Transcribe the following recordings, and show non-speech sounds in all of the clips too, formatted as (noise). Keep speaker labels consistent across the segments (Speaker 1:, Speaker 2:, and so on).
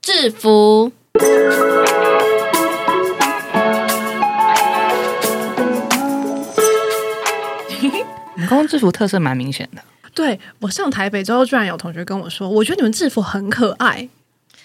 Speaker 1: 制服。
Speaker 2: 你公共制服特色蛮明显的，
Speaker 3: 对我上台北之后，居然有同学跟我说，我觉得你们制服很可爱。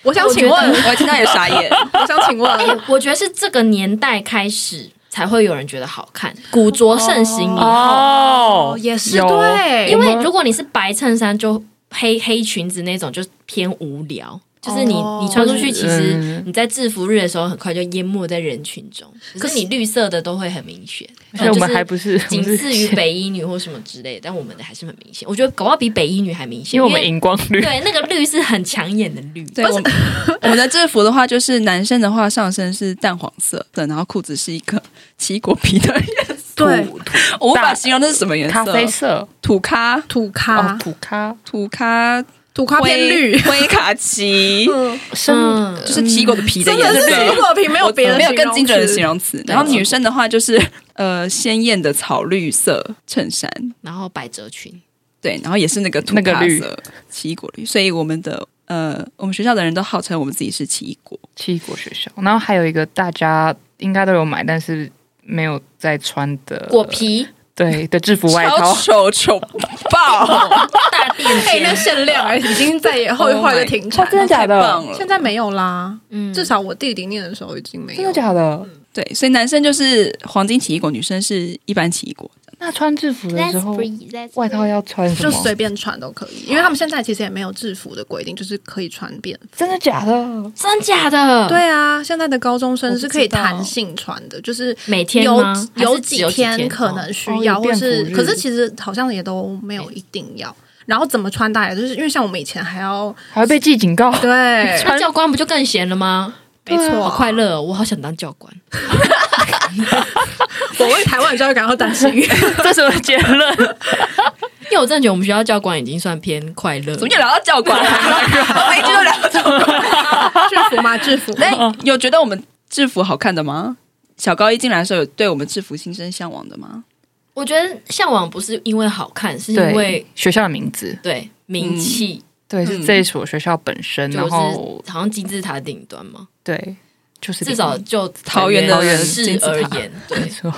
Speaker 3: 我想
Speaker 4: 我
Speaker 3: 请
Speaker 4: 觉得
Speaker 3: 问，
Speaker 4: 哦我听到也傻眼。
Speaker 3: (laughs) 我想请问，
Speaker 1: 哎、我觉得是这个年代开始才会有人觉得好看，古着盛行以后，
Speaker 2: 哦
Speaker 3: (laughs) 哦，也是
Speaker 2: 有
Speaker 3: 对，
Speaker 1: 因为如果你是白衬衫就黑黑裙子那种，就偏无聊。就是你，
Speaker 3: 哦
Speaker 1: 你穿出去，其实
Speaker 2: 嗯
Speaker 1: 你在制服日的时候，很快就淹没在人群中。可是你绿色的都会很明显，
Speaker 2: 所以我
Speaker 1: 就
Speaker 2: 们还不是
Speaker 1: 仅次于，
Speaker 2: 我们是
Speaker 1: 北一女或什么之类的，但我们的还是很明显。我觉得搞不好比北一女还明显，
Speaker 2: 因为我们荧光绿，
Speaker 1: 对那个绿是很抢眼的绿。
Speaker 4: 对，我们我们的制服的话，就是男生的话，上身是淡黄色的，然后裤子是一个奇异果皮的颜色，
Speaker 3: 对
Speaker 4: (laughs) 我无法形容那是什么颜色，
Speaker 2: 咖啡色，
Speaker 4: 土咖
Speaker 3: 土
Speaker 2: 哦
Speaker 3: 咖，，
Speaker 2: 土咖，
Speaker 4: 土咖
Speaker 3: 土咖偏
Speaker 4: 灰，
Speaker 3: 绿
Speaker 4: 灰卡 (laughs) 其，
Speaker 3: 嗯，
Speaker 2: 深
Speaker 1: 嗯
Speaker 4: 就是奇异果的皮的
Speaker 3: 真
Speaker 4: 颜
Speaker 3: 的
Speaker 4: 色。
Speaker 3: 是苹果皮，没有别的，
Speaker 4: 没有更精准的形。容词。然后女生的话就是呃鲜艳的草绿色衬衫，
Speaker 1: 然后百褶裙，
Speaker 4: 对，然后也是那个土
Speaker 2: 那个
Speaker 4: 咖
Speaker 2: 绿
Speaker 4: 色奇异果绿，所以我们的呃我们学校的人都号称我们自己是奇异果，
Speaker 2: 奇异果学校，然后还有一个大家应该都有买，但是没有在穿的
Speaker 1: 果，皮
Speaker 2: 对的制服外套哦
Speaker 4: 超，丑丑爆，
Speaker 1: 大垫
Speaker 3: 哎，
Speaker 1: 肩
Speaker 3: 那，限量哎，已经再也后
Speaker 4: Oh my
Speaker 3: 后来就停产
Speaker 2: (laughs)
Speaker 3: 了，
Speaker 2: 真的假的
Speaker 4: 太棒了
Speaker 3: 现在没有啦。
Speaker 1: 嗯
Speaker 3: 至少我弟弟念的时候已经没有。
Speaker 2: 真的假的？
Speaker 4: 对，所以男生就是黄金奇异果，女生是一般奇异果。
Speaker 2: 那穿制服的
Speaker 1: Let's
Speaker 2: 时候，
Speaker 1: breathe, let's
Speaker 2: 外套要穿什
Speaker 3: 就
Speaker 2: 么？
Speaker 3: 随便穿都可以，因为他们现在其实也没有制服的规定，就是可以穿便服。
Speaker 2: 真的假的？
Speaker 1: 真假的？，
Speaker 3: 对啊，现在的高中生是可以
Speaker 4: 我不知道
Speaker 3: 弹性穿的，就是
Speaker 1: 每天
Speaker 3: 有
Speaker 1: 吗还是
Speaker 3: 有
Speaker 1: 只有几天
Speaker 3: 天可能需要，
Speaker 2: 哦有
Speaker 3: 或
Speaker 2: 便服
Speaker 3: 是
Speaker 2: 日
Speaker 3: 可是其实好像也都没有一定要。然后怎么穿戴，就是因为像我们以前还要
Speaker 2: 还会被记警告？
Speaker 3: 对，
Speaker 1: 那教官不就更闲了吗？
Speaker 3: 没错，
Speaker 1: 好快乐哦，我好想当教官。
Speaker 3: (laughs) 我为台湾教育感到担 (laughs) 心。
Speaker 2: 这什么结论？
Speaker 1: 因为我真的觉得我们学校教官已经算偏快乐了，
Speaker 4: (laughs) 怎么又聊到教官了？ (laughs) 每一句都聊到教官。
Speaker 3: 制服吗？制服。哦
Speaker 4: 那有觉得我们制服好看的吗？小高一进来的时候，有对我们制服心生向往的吗？
Speaker 1: 我觉得向往不是因为好看，是因为
Speaker 2: 对，学校的名字，
Speaker 1: 对名气，
Speaker 2: 对，是这一所学校本身，
Speaker 4: 嗯
Speaker 1: 就
Speaker 2: 然
Speaker 1: 是
Speaker 2: 后
Speaker 1: 好像金字塔顶端嘛，
Speaker 2: 对，就是
Speaker 1: 至少就
Speaker 4: 桃园
Speaker 1: 的
Speaker 4: 的
Speaker 1: 事
Speaker 4: 金字塔
Speaker 1: 而言，
Speaker 2: 没
Speaker 1: 对，
Speaker 2: 错，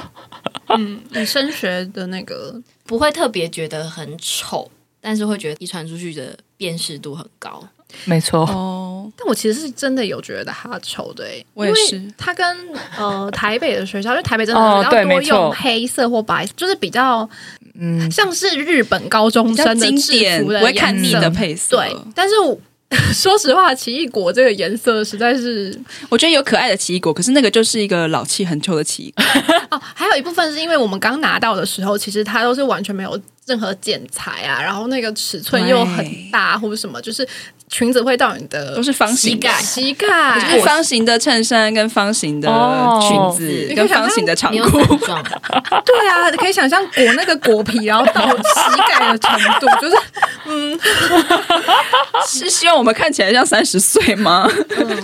Speaker 3: 嗯，你升学的那个
Speaker 1: 不会特别觉得很丑，但是会觉得一传出去的辨识度很高。
Speaker 2: 没错，
Speaker 4: 哦，
Speaker 3: 但我其实是真的有觉得它丑的、欸，
Speaker 4: 我也是
Speaker 3: 因为它跟呃台北的学校，就台北真
Speaker 2: 哦
Speaker 3: 的比
Speaker 2: 对
Speaker 3: 较多
Speaker 2: 没错
Speaker 3: 用黑色或白，就是比较
Speaker 1: (laughs)
Speaker 2: 嗯，
Speaker 3: 像是日本高中
Speaker 4: 比较
Speaker 3: 生的
Speaker 4: 经
Speaker 3: 制
Speaker 4: 典，
Speaker 3: 服
Speaker 4: 不
Speaker 3: 的
Speaker 4: 会看腻
Speaker 3: 颜色
Speaker 4: 的配色。
Speaker 3: 对，但是我 (laughs) 说实话，奇异果这个颜色实在是
Speaker 4: 我觉得有可爱的奇异果，可是那个就是一个老气横秋的奇异果。
Speaker 3: 哦，还有一部分是因为我们刚拿到的时候，其实它都是完全没有任何剪裁啊，然后那个尺寸又很大或者什么，就是裙子会到你的
Speaker 4: 都是方形的
Speaker 3: 膝
Speaker 4: 可
Speaker 3: 盖，
Speaker 4: 是方形的衬衫跟方形的裙子、
Speaker 3: 哦
Speaker 4: 跟方形的长
Speaker 1: 你有
Speaker 4: 裤，
Speaker 1: 伞状，
Speaker 3: 对啊，可以想象裹那个果皮，然后到膝盖的程 (laughs) 度，就是
Speaker 4: (laughs) 是希望我们看起来像三十岁吗？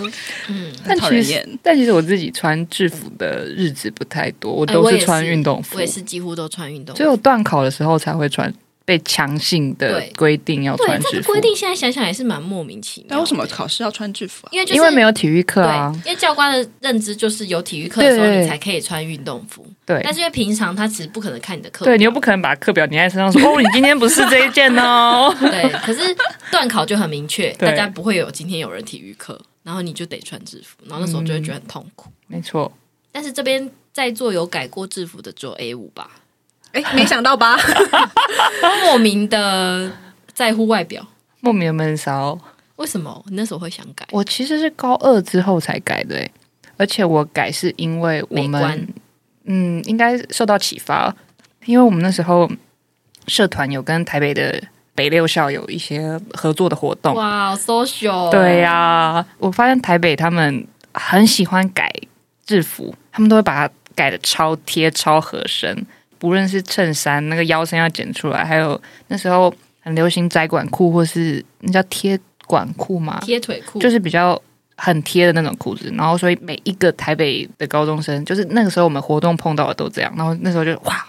Speaker 4: (laughs)
Speaker 2: 但
Speaker 4: 讨
Speaker 2: 其
Speaker 4: 人
Speaker 2: 实
Speaker 4: 厌，
Speaker 2: 但其实我自己穿制服的日子不太多，我
Speaker 1: 哎
Speaker 2: 都
Speaker 1: 我也是
Speaker 2: 穿运动服，
Speaker 1: 我也是几乎都穿运动服
Speaker 2: 只。有断考的时候才会穿，被强性的
Speaker 1: 对
Speaker 2: 规定要
Speaker 1: 对
Speaker 2: 穿
Speaker 1: 这
Speaker 2: 制
Speaker 1: 个
Speaker 2: 服
Speaker 1: 规，定，现在想想也是蛮莫名其妙的。
Speaker 4: 但为什么考试要穿制服啊？
Speaker 1: 因为就是
Speaker 2: 因为没有体育课啊，
Speaker 1: 对，因为教官的认知就是有体育课的时候
Speaker 2: 对
Speaker 1: 你才可以穿运动服，
Speaker 2: 对
Speaker 1: 但。是因为平常他其实不可能看你的课表，
Speaker 2: 对你又不可能把课表粘在身上说哦，你今天不是这一件哦。 (laughs)
Speaker 1: 对。可是段考就很明确，
Speaker 2: 对
Speaker 1: 大家不会有今天有人体育课，然后你就得穿制服，然后那时候就会觉得很痛苦。
Speaker 2: 没错，
Speaker 1: 但是这边在座有改过制服的只有 A 五吧，
Speaker 3: 哎，没想到吧？
Speaker 1: 莫名的在乎外表，
Speaker 2: 莫名的闷骚。
Speaker 1: 为什么你那时候会想改？
Speaker 2: 我其实是高二之后才改的欸，而且我改是因为我
Speaker 1: 美观
Speaker 2: 们嗯，应该受到启发，因为我们那时候社团有跟台北的北六校有一些合作的活动，
Speaker 1: 哇，social，
Speaker 2: 对啊呀、我发现台北他们很喜欢改制服，他们都会把它改的超贴、超合身，不论是衬衫那个腰身要剪出来，还有那时候很流行窄管裤，或是那叫贴管裤嘛，
Speaker 1: 贴腿裤
Speaker 2: 就是比较。很贴的那种裤子，然后所以每一个台北的高中生，就是那个时候我们活动碰到的都这样，然后那时候就哇，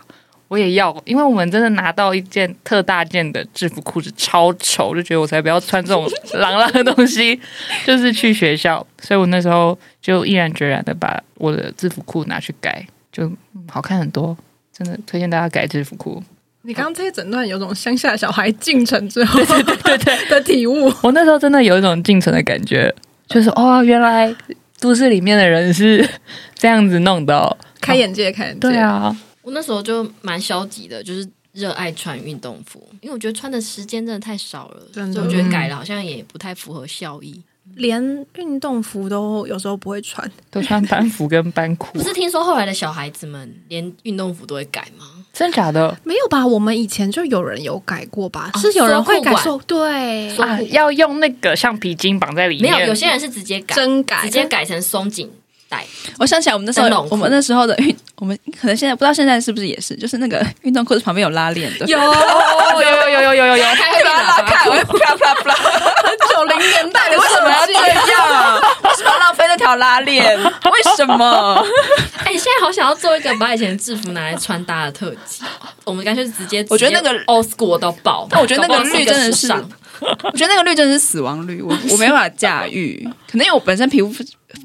Speaker 2: 我也要，因为我们真的拿到一件特大件的制服裤子，超丑，就觉得我才不要穿这种 (laughs) 朗朗的东西，就是去学校，所以我那时候就毅然决然的把我的制服裤拿去改，就、嗯好看很多，真的推荐大家改制服裤。
Speaker 3: 你刚刚这些诊断有种乡下小孩进城之后的体悟，
Speaker 2: (laughs) 我那时候真的有一种进城的感觉，就是哦，原来都市里面的人是这样子弄的、哦，
Speaker 3: 开眼界，开眼界。
Speaker 2: 对，啊，
Speaker 1: 我那时候就蛮消极的，就是热爱穿运动服，因为我觉得穿的时间真的太少了，所
Speaker 3: 真
Speaker 1: 以
Speaker 3: 的
Speaker 1: 我
Speaker 4: 嗯
Speaker 1: 觉得改了好像也不太符合效益。
Speaker 3: 连运动服都有时候不会穿，
Speaker 2: 都穿班服跟班裤
Speaker 1: 不，是听说后来的小孩子们连运动服都会改吗？
Speaker 2: 真假的
Speaker 3: 没有吧？我们以前就有人有改过吧？
Speaker 1: 啊
Speaker 3: 是有人会改
Speaker 1: 缩
Speaker 3: 说对
Speaker 1: 缩
Speaker 2: 啊？要用那个橡皮筋绑在里
Speaker 1: 没
Speaker 2: 面，
Speaker 1: 有，有些人是直接改，
Speaker 3: 真改
Speaker 1: 直接改成松紧带，
Speaker 4: 我想起来，我们那时
Speaker 1: 灯笼裤
Speaker 4: 候，我们那时候的运，我们可能现在不知道现在是不是也是，就是那个运动裤子旁 (laughs) 边有拉链的，
Speaker 3: 有九
Speaker 2: 哦，有有有有有有有，
Speaker 1: 还会
Speaker 4: 把它拉 (laughs) 开，我会啪啪啪，
Speaker 3: 零年代的
Speaker 4: 为什么要
Speaker 3: 设计，
Speaker 4: 这样？为什么要浪费那条拉链？为什么？
Speaker 1: 哎、现在好想要做一个把以前的制服拿来穿搭的特辑，我们干脆直接
Speaker 4: 我觉得那个
Speaker 1: 直接 old school 到爆。
Speaker 4: 但我觉得那个
Speaker 1: 搞不好
Speaker 4: 绿真的是
Speaker 1: 时尚
Speaker 4: 我觉得那个绿真的是死亡绿，我我没办法驾驭，可能因为我本身皮肤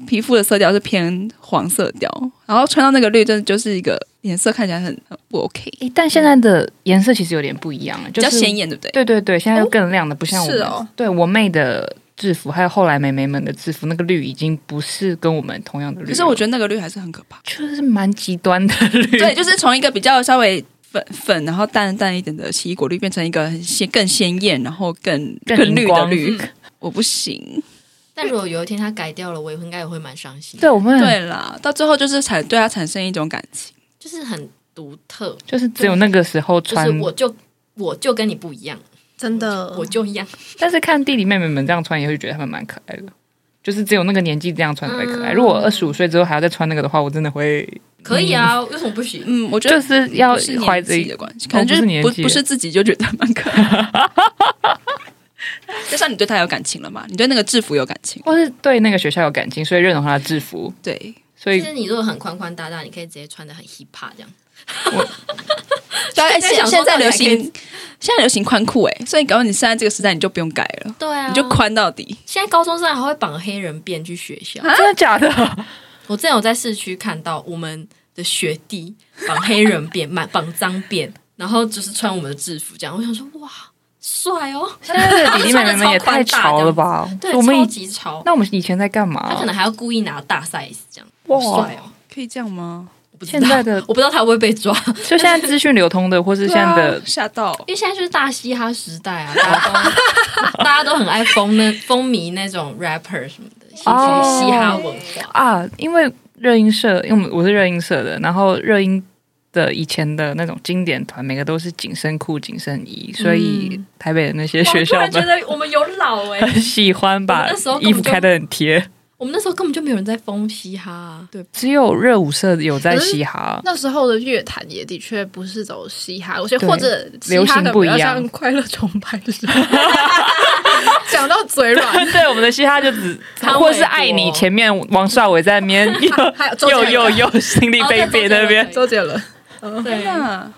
Speaker 4: 皮肤的色调是偏黄色调，然后穿到那个绿，真的就是一个颜色看起来很很不 OK，
Speaker 2: 诶但现在的颜色其实有点不一样了，
Speaker 4: 比
Speaker 2: 就
Speaker 4: 较
Speaker 2: 是
Speaker 4: 显眼，对不对？
Speaker 2: 对对对，现在又更亮的，不像我们。
Speaker 3: 是哦
Speaker 2: 对我妹的制服，还有后来妹妹们的制服，那个绿已经不是跟我们同样的绿了。
Speaker 4: 可是我觉得那个绿还是很可怕，
Speaker 2: 就是蛮极端的绿，
Speaker 4: 对，就是从一个比较稍微。粉粉，然后淡淡一点的奇异果绿，变成一个很鲜更鲜艳，然后更
Speaker 2: 更
Speaker 4: 绿
Speaker 2: 荧
Speaker 4: 的
Speaker 2: 光嗯
Speaker 4: 绿，我不行。
Speaker 1: 但如果有一天它改掉了，我也应该也会蛮伤心。
Speaker 2: 对，我们
Speaker 4: 对啦，到最后就是产对它产生一种感情。
Speaker 1: 就是很独特，
Speaker 2: 就是只有那个时候
Speaker 1: 就
Speaker 2: 穿
Speaker 1: 是，我就我就跟你不一样，
Speaker 3: 真的，
Speaker 1: 我就一样。
Speaker 2: 但是看弟弟妹妹们这样穿，也会觉得他们蛮可爱的。就是只有那个年纪这样穿才可爱。
Speaker 1: 嗯
Speaker 2: 如果二十五岁之后还要再穿那个的话，我真的会
Speaker 1: 可以啊，为什么不行？
Speaker 4: 嗯，我觉得
Speaker 2: 就是要
Speaker 4: 不是年
Speaker 2: 怀着
Speaker 4: 纪
Speaker 2: 一哦
Speaker 4: 的关系，可能就是
Speaker 2: 不是年
Speaker 4: 不
Speaker 2: 纪
Speaker 4: 不是自己就觉得蛮可爱。 (laughs) 就像你对他有感情了嘛，你对那个制服有感情，
Speaker 2: 或是对那个学校有感情，所以认同他的制服。
Speaker 4: 对，
Speaker 2: 所
Speaker 1: 其
Speaker 2: 以
Speaker 1: 实你如果很宽宽大大，你可以直接穿的很 hip hop 这样。
Speaker 4: 大概
Speaker 1: 在想
Speaker 4: 啊哎现
Speaker 1: 说
Speaker 4: 现在
Speaker 1: 到底
Speaker 4: 流
Speaker 1: 还可以
Speaker 4: 行现在流行宽裤哎，所以搞不好你现在这个时代你就不用改了，
Speaker 1: 对啊，
Speaker 4: 你就。宽到底。
Speaker 1: 现在高中生还会绑黑人辫去学校。
Speaker 2: 真的假的？
Speaker 1: 我之前有在市区看到我们的学弟绑黑人辫、 (laughs) 绑绑脏辫，然后就是穿我们的制服这样。我想说，哇，帅哦！！
Speaker 2: (laughs) 现在的弟弟妹妹们也太潮了吧
Speaker 1: 对，
Speaker 2: 我们
Speaker 1: 超
Speaker 2: 以
Speaker 1: 级潮。
Speaker 2: 那我们以前在干嘛、
Speaker 1: 他可能还要故意拿大 size 这样，
Speaker 2: 哇
Speaker 1: 帅哦！
Speaker 4: 可以这样吗？
Speaker 1: 我不知
Speaker 2: 现
Speaker 1: 道
Speaker 2: 在的
Speaker 1: (laughs) 我不知道他会不会被抓，
Speaker 2: 就现在资讯流通的，或是现在的
Speaker 4: 对啊吓到
Speaker 1: 因为现在就是大嘻哈时代啊，大家都 (laughs) 大家都很爱疯那风靡那种 rapper 什么的，嘻
Speaker 2: 哦
Speaker 1: 嘻哈文化。
Speaker 2: 啊因为热音社，因为我们我是热音社的，然后热音的以前的那种经典团，每个都是紧身裤、紧身衣，所以台北的那些学校
Speaker 1: 嗯哇我突然觉
Speaker 2: 们
Speaker 1: 得我们有老哎、
Speaker 2: 很 (laughs) 喜欢
Speaker 1: 我
Speaker 2: 把
Speaker 1: 们那时候根本
Speaker 2: 衣服
Speaker 1: 就
Speaker 2: 开得很贴。
Speaker 1: 我们那时候根本就没有人在疯嘻哈、啊，对吧
Speaker 2: 只有热舞社有在
Speaker 3: 可是
Speaker 2: 嘻哈，
Speaker 3: 那时候的乐坛也的确不是走嘻哈，有些
Speaker 2: 对
Speaker 3: 或者嘻
Speaker 2: 流
Speaker 3: 哈
Speaker 2: 行
Speaker 3: 的
Speaker 2: 不
Speaker 3: 比
Speaker 2: 一
Speaker 3: 较
Speaker 2: 样
Speaker 3: 像快乐崇拜的时候，讲到嘴软，
Speaker 2: (laughs) 对，我们的嘻哈就只
Speaker 1: 潘玮柏
Speaker 2: 或是爱你前面王少伟在
Speaker 1: (laughs)
Speaker 2: 那边
Speaker 3: 还有周
Speaker 2: 又
Speaker 3: 杰
Speaker 2: 又
Speaker 3: 伦
Speaker 2: 又又心
Speaker 1: 哦
Speaker 2: 力被别那边，
Speaker 3: 周杰伦
Speaker 1: 对，
Speaker 4: 啊！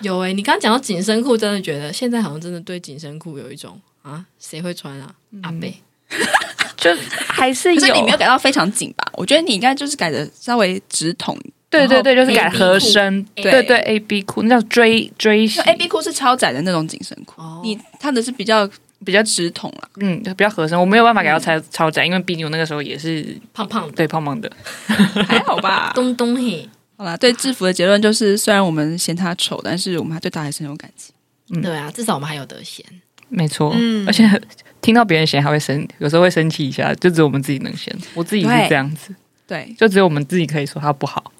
Speaker 1: 有哎、你刚刚讲到紧身裤，真的觉得现在好像真的对紧身裤有一种啊，谁会穿啊？阿贝，
Speaker 2: 就还是
Speaker 4: 可是你
Speaker 2: 有
Speaker 4: 没有改到非常紧吧？我觉得你应该就是改的稍微直筒。
Speaker 2: 对对对，就是改
Speaker 1: A B
Speaker 2: 合
Speaker 1: 裤
Speaker 2: 身，
Speaker 1: A
Speaker 2: 对对 A B 裤，那叫追追
Speaker 4: 就 A B 裤是超窄的那种紧身裤，
Speaker 1: 哦
Speaker 4: 你它的是比较比较直筒 (laughs) 啦。
Speaker 2: 嗯比较合身，我没有办法改到超超窄，因为毕竟我那个时候也是
Speaker 1: 胖胖的，
Speaker 2: 对胖胖的，
Speaker 4: 还好 (laughs) 吧
Speaker 1: 东东嘿，
Speaker 4: 好啦，对制服的结论就是，虽然我们嫌它丑，但是我们还对它还是很有感情。
Speaker 2: 嗯
Speaker 1: 对啊，至少我们还有得闲。
Speaker 2: 没错，
Speaker 3: 嗯
Speaker 2: 而且听到别人嫌还会生，有时候会生气一下，就只有我们自己能嫌，我自己是
Speaker 4: 对
Speaker 2: 这样子，
Speaker 4: 对，
Speaker 2: 就只有我们自己可以说他不好，